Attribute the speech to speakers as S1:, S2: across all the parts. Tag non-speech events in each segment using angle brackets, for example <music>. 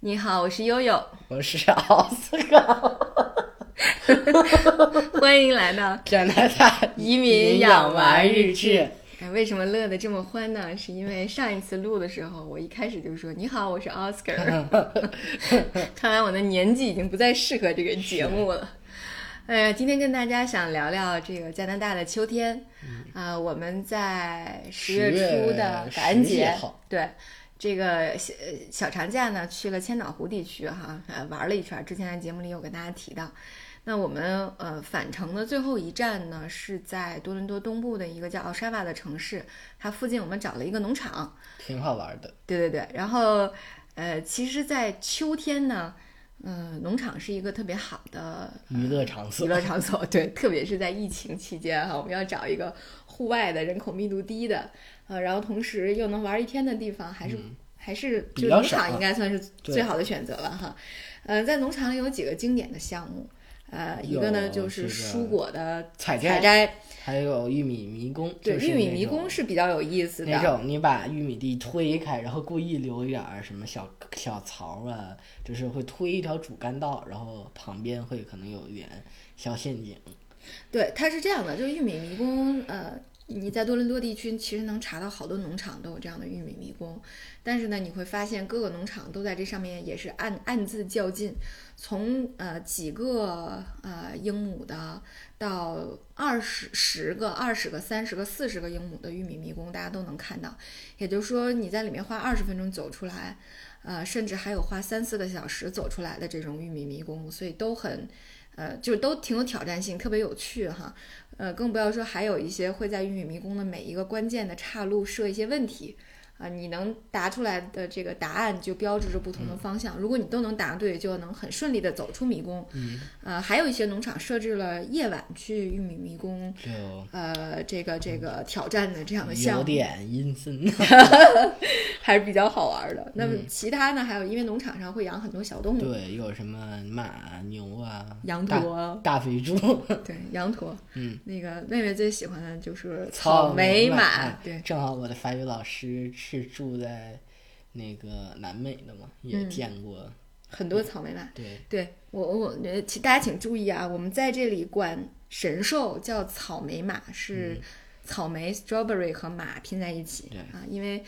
S1: 你好，我是悠悠， <laughs>
S2: 我是奥斯卡，
S1: 欢迎来到。
S2: 加拿大
S1: 移民养娃日志
S2: 志。
S1: 哎，为什么乐得这么欢呢？是因为上一次录的时候，我一开始就说：“你好，我是 Oscar。” <laughs> 看来我的年纪已经不再适合这个节目了。哎呀，今天跟大家想聊聊这个加拿大的秋天啊、我们在十月初的
S2: 10
S1: 感恩
S2: 月
S1: 节
S2: 号，
S1: 对这个小呃小长假呢，去了千岛湖地区哈，呃玩了一圈。之前在节目里有跟大家提到，那我们呃返程的最后一站呢，是在多伦多东部的一个叫奥沙瓦的城市，它附近我们找了一个农场，
S2: 挺好玩的。
S1: 对对对，然后呃，其实，在秋天呢，呃，农场是一个特别好的
S2: 娱乐场所
S1: 娱，乐场所， <laughs> 对，特别是在疫情期间哈，我们要找一个户外的、人口密度低的，呃，然后同时又能玩一天的地方，还是、还是就
S2: 嗯比较
S1: 农
S2: 少
S1: 场应该算是
S2: 对
S1: 最好的选择了哈。呃，在农场里有几个经典的项目，呃，一个呢
S2: 有
S1: 就
S2: 这
S1: 是
S2: 个
S1: 蔬果的
S2: 采
S1: 采
S2: 摘
S1: 摘，
S2: 还有玉米迷宫。
S1: 对，
S2: 就是
S1: 玉米
S2: 那
S1: 迷
S2: 种
S1: 宫是比较有意思
S2: 那
S1: 的，
S2: 种你把玉米地推开，然后故意留一点儿什么小小槽啊，就是会推一条主干道，然后旁边会可能有一点小陷阱。
S1: 对，它是这样的，就是玉米迷宫，呃。你在多伦多地区其实能查到好多农场都有这样的玉米迷宫，但是呢，你会发现各个农场都在这上面也是暗暗自较劲，从呃几个呃英亩的到二十十个、二十个、三十个、四十个英亩的玉米迷宫，大家都能看到。也就是说，你在里面花二十分钟走出来，呃，甚至还有花三四个小时走出来的这种玉米迷宫，所以都很。呃，就都挺有挑战性，特别有趣哈。呃，更不要说还有一些会在玉米迷宫的每一个关键的岔路设一些问题，啊、你能答出来的这个答案就标志着不同的方向。如果你都能答对，就能很顺利的走出迷宫。嗯，呃，还有一些农场设置了夜晚去玉米迷宫，
S2: 就
S1: 呃，这个这个挑战的这样的项
S2: 有
S1: 目。
S2: 点阴森，
S1: 还是比较好玩的。那么其他呢？还有，因为农场上会养很多小动物，
S2: 对，有什么马、牛啊、
S1: 羊
S2: 大
S1: 驼啊，
S2: 大肥猪、
S1: 对，羊驼。
S2: 嗯，
S1: 那个妹妹最喜欢的就是
S2: 草哎
S1: 莓哎
S2: 马。
S1: 对，
S2: 正好我的法语老师是住在那个南美的嘛，
S1: 嗯
S2: 也见过。
S1: 很多草莓马。
S2: 对，
S1: 对我我呃，请大家请注意啊，我们在这里管神兽叫草莓马，是草莓 strawberry 和马拼在一起
S2: 对
S1: 啊，因为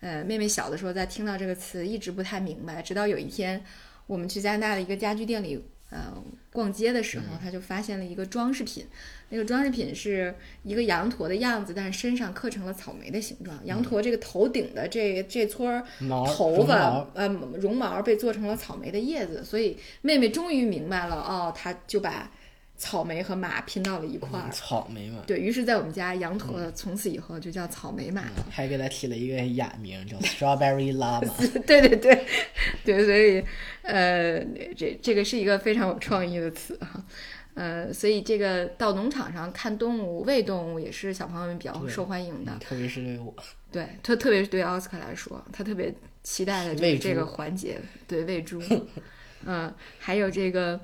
S1: 呃，妹妹小的时候在听到这个词一直不太明白，直到有一天我们去加拿大的一个家具店里。呃，逛街的时候，她就发现了一个装饰品，那个装饰品是一个羊驼的样子，但是身上刻成了草莓的形状。羊驼这个头顶的这这撮儿
S2: 毛
S1: 头
S2: 绒毛
S1: 发呃绒毛被做成了草莓的叶子，所以妹妹终于明白了哦，她就把草莓和马拼到了一块儿。
S2: 嗯草莓嘛。
S1: 对于是，在我们家羊
S2: 嗯
S1: 驼从此以后就叫草莓马了。
S2: 还给他起了一个雅名叫 Strawberry
S1: <laughs>
S2: Llama，
S1: <laughs> 对对对对，所以呃，这这个是一个非常有创意的词哈。呃，所以这个到农场上看动物、喂动物也是小朋友们比较
S2: 对
S1: 受欢迎的
S2: 嗯。特别是对我，
S1: 对，特特别是对奥斯卡来说，他特别期待的就是
S2: 喂
S1: 这个
S2: 猪
S1: 环节，对喂
S2: <laughs>
S1: 猪，嗯，还有这个，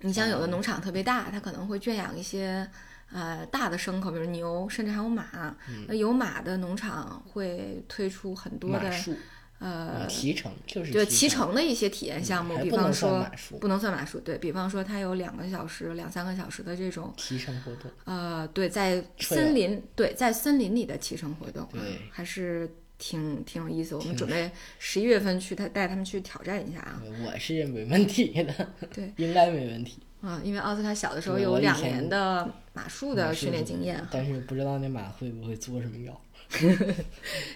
S1: 你像
S2: 嗯
S1: 有的农场特别大，它可能会圈养一些呃大的牲口，比如牛，甚至还有马。
S2: 嗯
S1: 那有马的农场会推出很多
S2: 马
S1: 的
S2: 术、
S1: 呃
S2: 嗯，骑乘就是
S1: 对骑
S2: 骑
S1: 乘的一些体验项目，
S2: 还
S1: 比
S2: 不
S1: 方
S2: 能算
S1: 说
S2: 马术
S1: 不能算马术，对比方说它有两个小时、两三个小时的这种
S2: 骑乘活动，
S1: 呃，对，在
S2: Trail
S1: 森林，对，在森林里的骑乘活动，啊
S2: 对
S1: 还是挺挺有意思。我们准备十一月份去，他带他们去挑战一下啊。
S2: 我是没问题的，
S1: <laughs> 对，
S2: 应该没问题。
S1: 啊，因为奥斯卡小的时候
S2: 对
S1: 有
S2: 嗯我以
S1: 两
S2: 前
S1: 年的马术
S2: 马
S1: 的
S2: 术
S1: 训练经验啊，
S2: 但是不知道那马会不会作什么妖。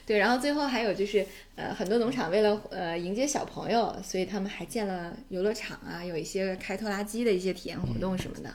S1: 对，然后最后还有就是，呃，很多农场为了呃迎接小朋友，所以他们还建了游乐场啊，有一些开拖拉机的一些体验活动
S2: 嗯
S1: 什么的，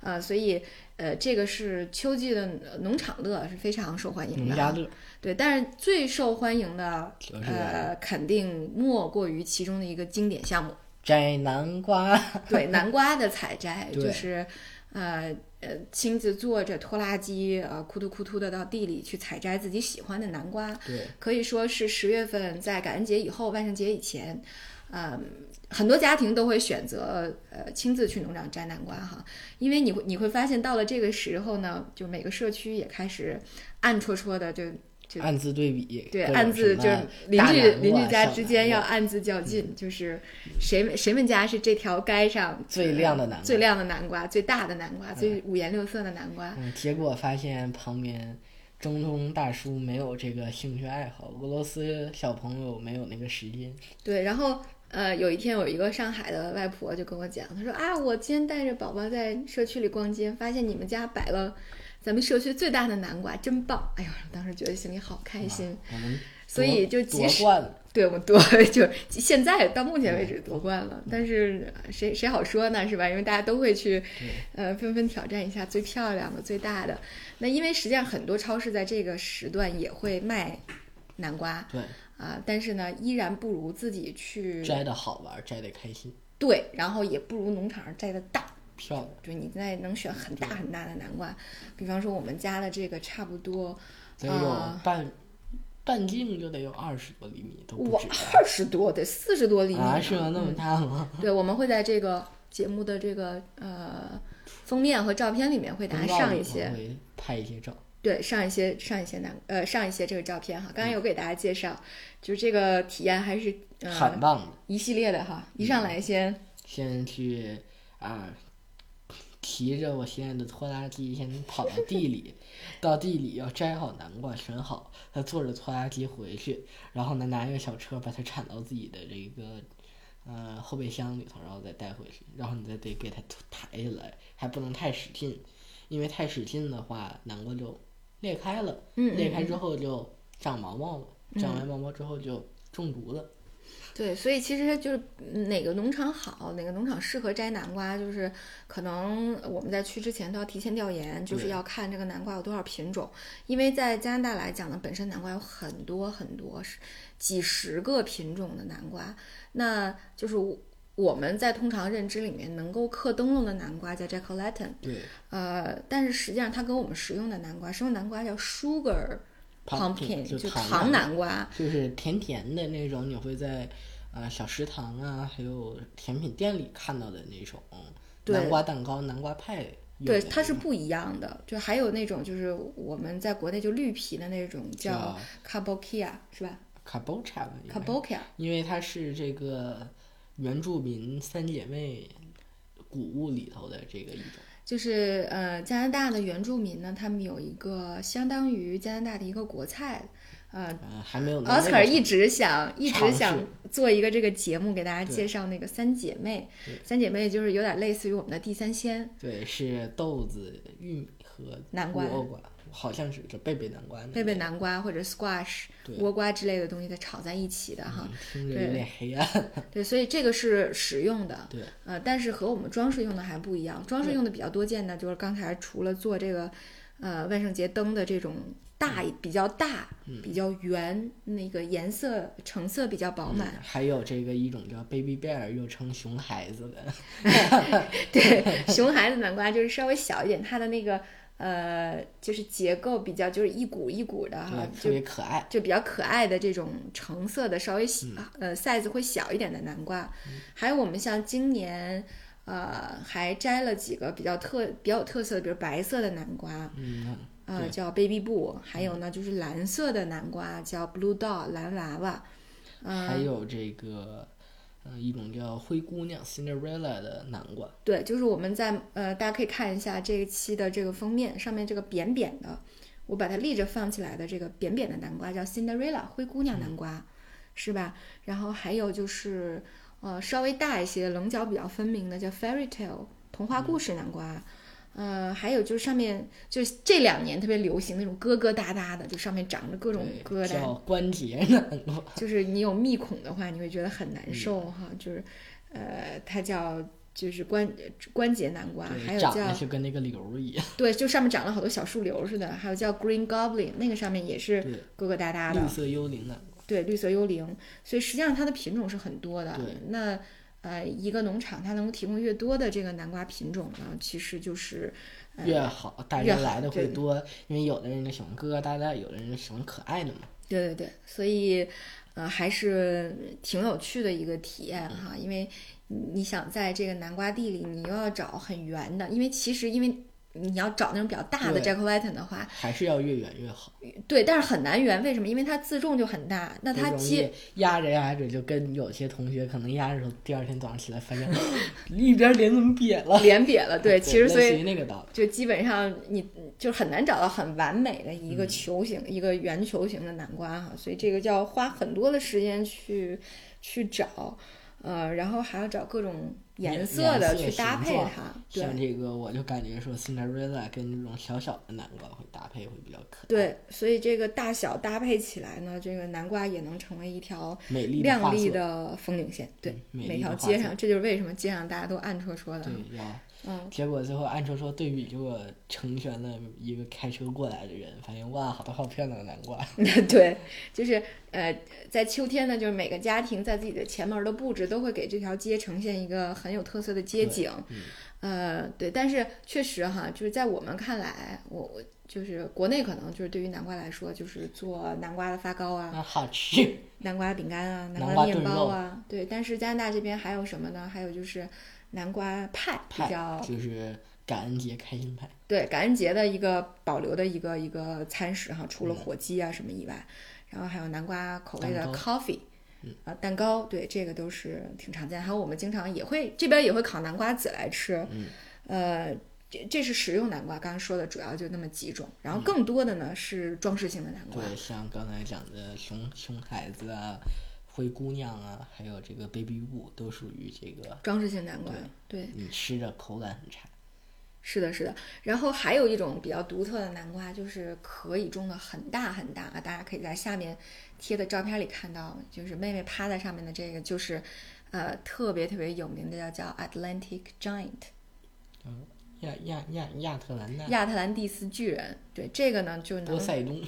S1: 呃，所以呃，这个是秋季的呃农场乐是非常受欢迎
S2: 农
S1: 的
S2: 家
S1: 啊。
S2: 乐
S1: 对，但是最受欢迎的，
S2: 就是
S1: 呃，肯定莫过于其中的一个经典项
S2: <laughs>
S1: 目，
S2: 摘南瓜，
S1: 对，南瓜的采摘，就
S2: 对
S1: 是，呃呃，亲自坐着拖拉机，呃，哭突哭突的到地里去采摘自己喜欢的南瓜，
S2: 对，
S1: 可以说是十月份在感恩节以后、万圣节以前，嗯，很多家庭都会选择呃亲自去农场摘南瓜哈，因为你会你会发现到了这个时候呢，就每个社区也开始暗戳戳的就就
S2: 暗自对比，
S1: 对，
S2: 各种
S1: 暗自
S2: 什
S1: 就是
S2: 么
S1: 邻
S2: 大啊
S1: 居
S2: 南瓜
S1: 邻居家
S2: 小
S1: 之
S2: 南
S1: 间
S2: 瓜
S1: 要暗自较
S2: 嗯
S1: 劲，就是谁们谁们家是这条街上
S2: 最亮的南瓜
S1: 最亮的南瓜、最大的南瓜、最五颜六色的南瓜。
S2: 嗯，结果发现旁边中东大叔没有这个兴趣爱好，俄罗斯小朋友没有那个时间。
S1: 对，然后呃，有一天有一个上海的外婆就跟我讲，她说啊，我今天带着宝宝在社区里逛街，发现你们家摆了咱们社区最大的南瓜，真棒！哎呦，我当时觉得心里好开心。
S2: 我们
S1: 所
S2: 夺
S1: 以就即
S2: 夺
S1: 使
S2: 冠了，
S1: 对我们夺 <laughs> 就是现在到目前为止夺冠了，但是谁谁好说呢，是吧？因为大家都会去，呃，纷纷挑战一下最漂亮的、最大的。那因为实际上很多超市在这个时段也会卖南瓜啊、
S2: 对，
S1: 但是呢，依然不如自己去
S2: 摘的好玩，摘的开心，
S1: 对，然后也不如农场上摘的大。
S2: 漂亮。
S1: 就你在能选很大很大的南瓜，比方说我们家的这个差不多
S2: 得有
S1: 啊
S2: 半、半径就得有二十多厘米都不
S1: 哇嗯
S2: 止
S1: 二十多得四十多厘米
S2: 啊？
S1: 呢
S2: 是吗？那么大吗？
S1: 对，我们会在这个节目的这个呃封面和照片里面会给大家
S2: 公告
S1: 上
S2: 里
S1: 一些
S2: 头，会拍一些照。
S1: 对，上一些上一些南呃上一些这个照片哈。刚才有给大家介绍，就这个体验还是
S2: 很
S1: 呃
S2: 棒的，
S1: 一系列的哈，一上来先
S2: 先去啊，提着我心爱的拖拉机，先跑到地里，到地里要摘好南瓜，选好，再坐着拖拉机回去，然后呢拿一个小车把它铲到自己的这个。呃，后备箱里头，然后再带回去，然后你再得给它抬起来，还不能太使劲，因为太使劲的话，南瓜就裂开了，
S1: 嗯
S2: 裂
S1: 嗯
S2: 开
S1: 嗯
S2: 之后就长毛毛了，长完毛毛之后就中毒了。
S1: 对，所以其实就是哪个农场好，哪个农场适合摘南瓜，就是可能我们在去之前都要提前调研，就是
S2: 对
S1: 要看这个南瓜有多少品种，因为在加拿大来讲呢，本身南瓜有很多很多，是几十个品种的南瓜，那就是我我们在通常认知里面能够克灯笼的南瓜叫 Jack o' Lantern，
S2: 对，
S1: 呃，但是实际上它跟我们食用的南瓜，食用南瓜叫 sugar
S2: pumpkin，
S1: pumpkin，
S2: 就
S1: 就
S2: 糖
S1: 糖
S2: 南
S1: 南瓜。
S2: 就是甜甜的那种，你会在啊、呃小食堂啊，还有甜品店里看到的那种
S1: 对
S2: 南瓜蛋糕、南瓜派用的那
S1: 对，
S2: 种。
S1: 它是不一样的。就还有那种，就是我们在国内就绿皮的那种叫 kabokia 是吧
S2: c a b o c h a 吧，应该
S1: ？kabokia
S2: 因为它是这个原住民三姐妹谷物里头的这个一种。
S1: 就是呃，加拿大的原住民呢，他们有一个相当于加拿大的一个国菜，呃。
S2: 呃，还没有那
S1: 奥斯卡
S2: 个
S1: 一直想，一直
S2: 尝试
S1: 想做一个这个节目，给大家
S2: 对
S1: 介绍那个三姐妹
S2: 对。
S1: 三姐妹就是有点类似于我们的地三鲜，
S2: 对，是豆子、玉米和
S1: 南瓜
S2: 倭瓜，好像是这贝贝南瓜那个。
S1: 贝贝南瓜或者 squash、
S2: 嗯对
S1: 倭瓜之类的东西，再炒在一起的哈。
S2: 嗯，听着有
S1: 对
S2: 点黑啊暗。
S1: 对，所以这个是实用的，
S2: 对，
S1: 呃，但是和我们装饰用的还不一样。装饰用的比较多见的，就是刚才除了做这个，呃，万圣节灯的这种大、
S2: 嗯
S1: 比较大、比较圆，那个颜色成色比较
S2: 嗯
S1: 饱满，
S2: 还有这个一种叫 baby bear，又称熊孩子的，
S1: 对，
S2: <laughs>
S1: 熊孩子南瓜就是稍微小一点，它的那个呃，就是结构比较就是一股一股的哈，
S2: 对，特
S1: 啊就就
S2: 别可爱。
S1: 比较可爱的这种橙色的，稍微小、
S2: 嗯
S1: 呃 size 会小一点的南瓜，还有我们像今年呃还摘了几个比较特比较有特色的，比如白色的南瓜，
S2: 嗯，
S1: 呃
S2: 对嗯
S1: 叫 baby blue，还有呢就是蓝色的南瓜叫 blue doll 蓝娃娃，嗯
S2: 还有这个，嗯、一种叫灰姑娘 Cinderella 的南瓜，
S1: 对，就是我们在呃大家可以看一下这一期的这个封面上面这个扁扁的，我把它立着放起来的这个扁扁的南瓜叫 Cinderella 灰姑娘南瓜，是吧？然后还有就是呃稍微大一些棱角比较分明的叫 Fairy Tale 童话故事南瓜。呃，还有就是上面就是这两年特别流行那种疙疙瘩瘩的，就上面长着各种疙
S2: 对，叫
S1: 瘩，
S2: 关节 <laughs> 南瓜，
S1: 就是你有密孔的话，你会觉得很难受
S2: 嗯
S1: 哈。就是，呃，它叫就是关关节南瓜，还
S2: 对，
S1: 有
S2: 长得
S1: 叫
S2: 就跟那个瘤儿一样，
S1: 对，就上面长了好多小树瘤似的，还有叫 Green Goblin，那个上面也是
S2: 对
S1: 疙疙瘩瘩的
S2: 绿，色幽灵南瓜。
S1: 对，绿色幽灵。所以实际上它的品种是很多的
S2: 对。
S1: 那呃，一个农场它能够提供越多的这个南瓜品种呢，其实就是呃
S2: 越好，大
S1: 越
S2: 家
S1: 好
S2: 来的会
S1: 对
S2: 多，因为有的人就喜欢疙疙瘩瘩，有的人就喜欢可爱的嘛。
S1: 对对对，所以呃还是挺有趣的一个体验哈，因为你你想在这个南瓜地里，你又要找很圆的，因为其实因为你要找那种比较大的
S2: 对
S1: Jack Lantern 的话，
S2: 还是要越远越好。
S1: 对，但是很难圆，为什么？因为它自重就很大，那它
S2: 容
S1: 接
S2: 易压着压着，就跟有些同学可能压着时候，第二天早上起来发现 <laughs> 哦一边脸怎么瘪了。
S1: 脸瘪了，
S2: <laughs>
S1: 对，其实所
S2: 类
S1: 以
S2: 似于那个道理。
S1: 就基本上你就很难找到很完美的
S2: 嗯
S1: 一个球形、一个圆球形的南瓜哈，所以这个就要花很多的时间去去找，呃，然后还要找各种颜
S2: 颜
S1: 色的
S2: 颜色
S1: 去搭
S2: 形
S1: 配
S2: 状
S1: 它，对
S2: 像这个，我就感觉说 Cinderella 跟这种小小的南瓜会搭配会比较可爱，，
S1: 对，所以这个大小搭配起来呢，这个南瓜也能成为一条
S2: 美丽的
S1: 亮
S2: 画
S1: 丽
S2: 作，
S1: 的风景线。对
S2: 嗯，美
S1: 每
S2: 丽的
S1: 条
S2: 画
S1: 街
S2: 作
S1: 上，这就是为什么街上大家都暗戳戳的。
S2: 对呀。
S1: 嗯，
S2: 结果最后按说说对比这个成全了一个开车过来的人，发现哇，好多好漂亮的南瓜。
S1: <laughs> 对，就是呃，在秋天呢，就是每个家庭在自己的前门的布置都会给这条街呈现一个很有特色的街
S2: 对
S1: 景。呃，对，但是确实哈，就是在我们看来，我我就是国内可能就是对于南瓜来说，就是做南瓜的发糕啊，
S2: 那好吃，
S1: 南瓜饼干啊，
S2: 南
S1: 南
S2: 瓜
S1: 瓜面
S2: 炖
S1: 包
S2: 肉
S1: 啊，对。但是加拿大这边还有什么呢？还有就是南瓜派比
S2: 派
S1: 较
S2: 就是感恩节开心派，
S1: 对感恩节的一个保留的一个一个餐食哈，除了火鸡啊什么以外，然后还有南瓜口味的
S2: 嗯蛋糕
S1: coffee
S2: 嗯。
S1: 啊，蛋糕对这个都是挺常见，还有我们经常也会这边也会烤南瓜籽来吃，
S2: 嗯
S1: 呃，这这是食用南瓜，刚刚说的主要就那么几种，然后更多的呢、是装饰性的南瓜，
S2: 嗯对，像刚才讲的熊熊孩子啊、灰姑娘啊，还有这个 baby boo 都属于这个
S1: 装饰性南瓜，对，
S2: 你吃着口感很差。
S1: 是的，是的。然后还有一种比较独特的南瓜，就是壳以中的很大很大啊，大家可以在下面贴的照片里看到，就是妹妹趴在上面的这个，就是呃特别特别有名的叫叫 Atlantic Giant
S2: 亚亚亚亚特兰大、
S1: 亚特兰蒂斯巨人。对，这个呢就
S2: 波
S1: <laughs> 能
S2: 塞冬，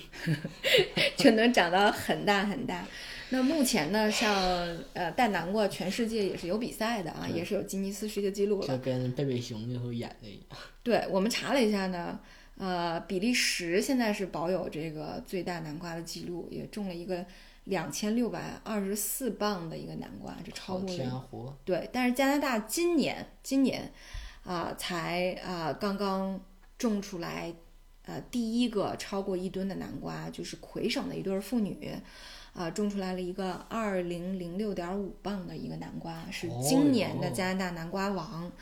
S1: 就能长到很大很大。那目前呢，像呃大南瓜，全世界也是有比赛的啊，
S2: 对
S1: 也是有吉尼斯世界纪录了
S2: 就。跟贝贝熊最后演的一样。
S1: 对我们查了一下呢，呃，比利时现在是保有这个最大南瓜的记录，也种了一个两千六百二十四磅的一个南瓜，这超
S2: 好
S1: 过
S2: 天啊
S1: 了。
S2: 活，
S1: 对，但是加拿大今年今年啊、才啊、刚刚种出来，呃，第一个超过一吨的南瓜，就是魁省的一对儿妇女。啊、种出来了一个二零零六点五磅的一个南瓜，是今年的
S2: 哦哟
S1: 加拿大南瓜王，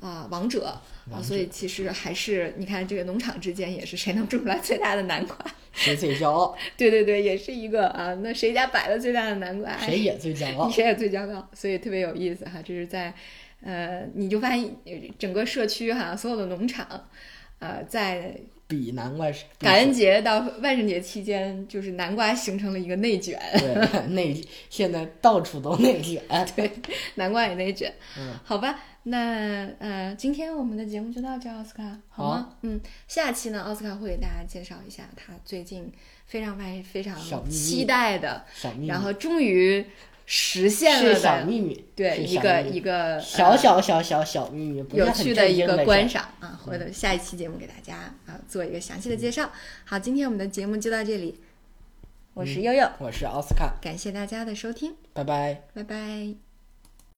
S1: 啊、王者。啊，
S2: 王
S1: 所以其实还是你看这个农场之间也是谁能种出来最大的南瓜， <laughs>
S2: 谁最骄傲，
S1: 对对对，也是一个啊，那谁家摆了最大的南瓜，
S2: 谁也最骄
S1: <laughs>
S2: 傲
S1: 比。谁也最骄傲，所以特别有意思哈，这是在，呃，你就发现呃整个社区哈，所有的农场。呃，在
S2: 比南瓜是比
S1: 感恩节到万圣节期间，就是南瓜形成了一个内卷，
S2: 对， <laughs> 内现在到处都哎内卷。
S1: 对，南瓜也内卷。
S2: 嗯，
S1: 好吧，那呃，今天我们的节目就到这儿，奥斯卡，好吗？嗯，下期呢，奥斯卡会给大家介绍一下他最近非常非非常
S2: 小秘密
S1: 期待的，
S2: 小秘密，
S1: 然后终于实现了
S2: 是小
S1: 的，
S2: 秘密，
S1: 对
S2: 是
S1: 一
S2: 小
S1: 个
S2: 秘密
S1: 一个
S2: 小
S1: 呃
S2: 小小小小秘密，不是
S1: 有
S2: 很
S1: 趣
S2: 正
S1: 的一
S2: 经
S1: 个
S2: 的
S1: 观
S2: 事儿。嗯
S1: 赏啊，或者下一期节目给大家啊做一个详细的介绍。好，今天我们的节目就到这里，我是悠悠，
S2: 嗯我是奥斯卡，
S1: 感谢大家的收听，
S2: 拜拜。
S1: 拜拜。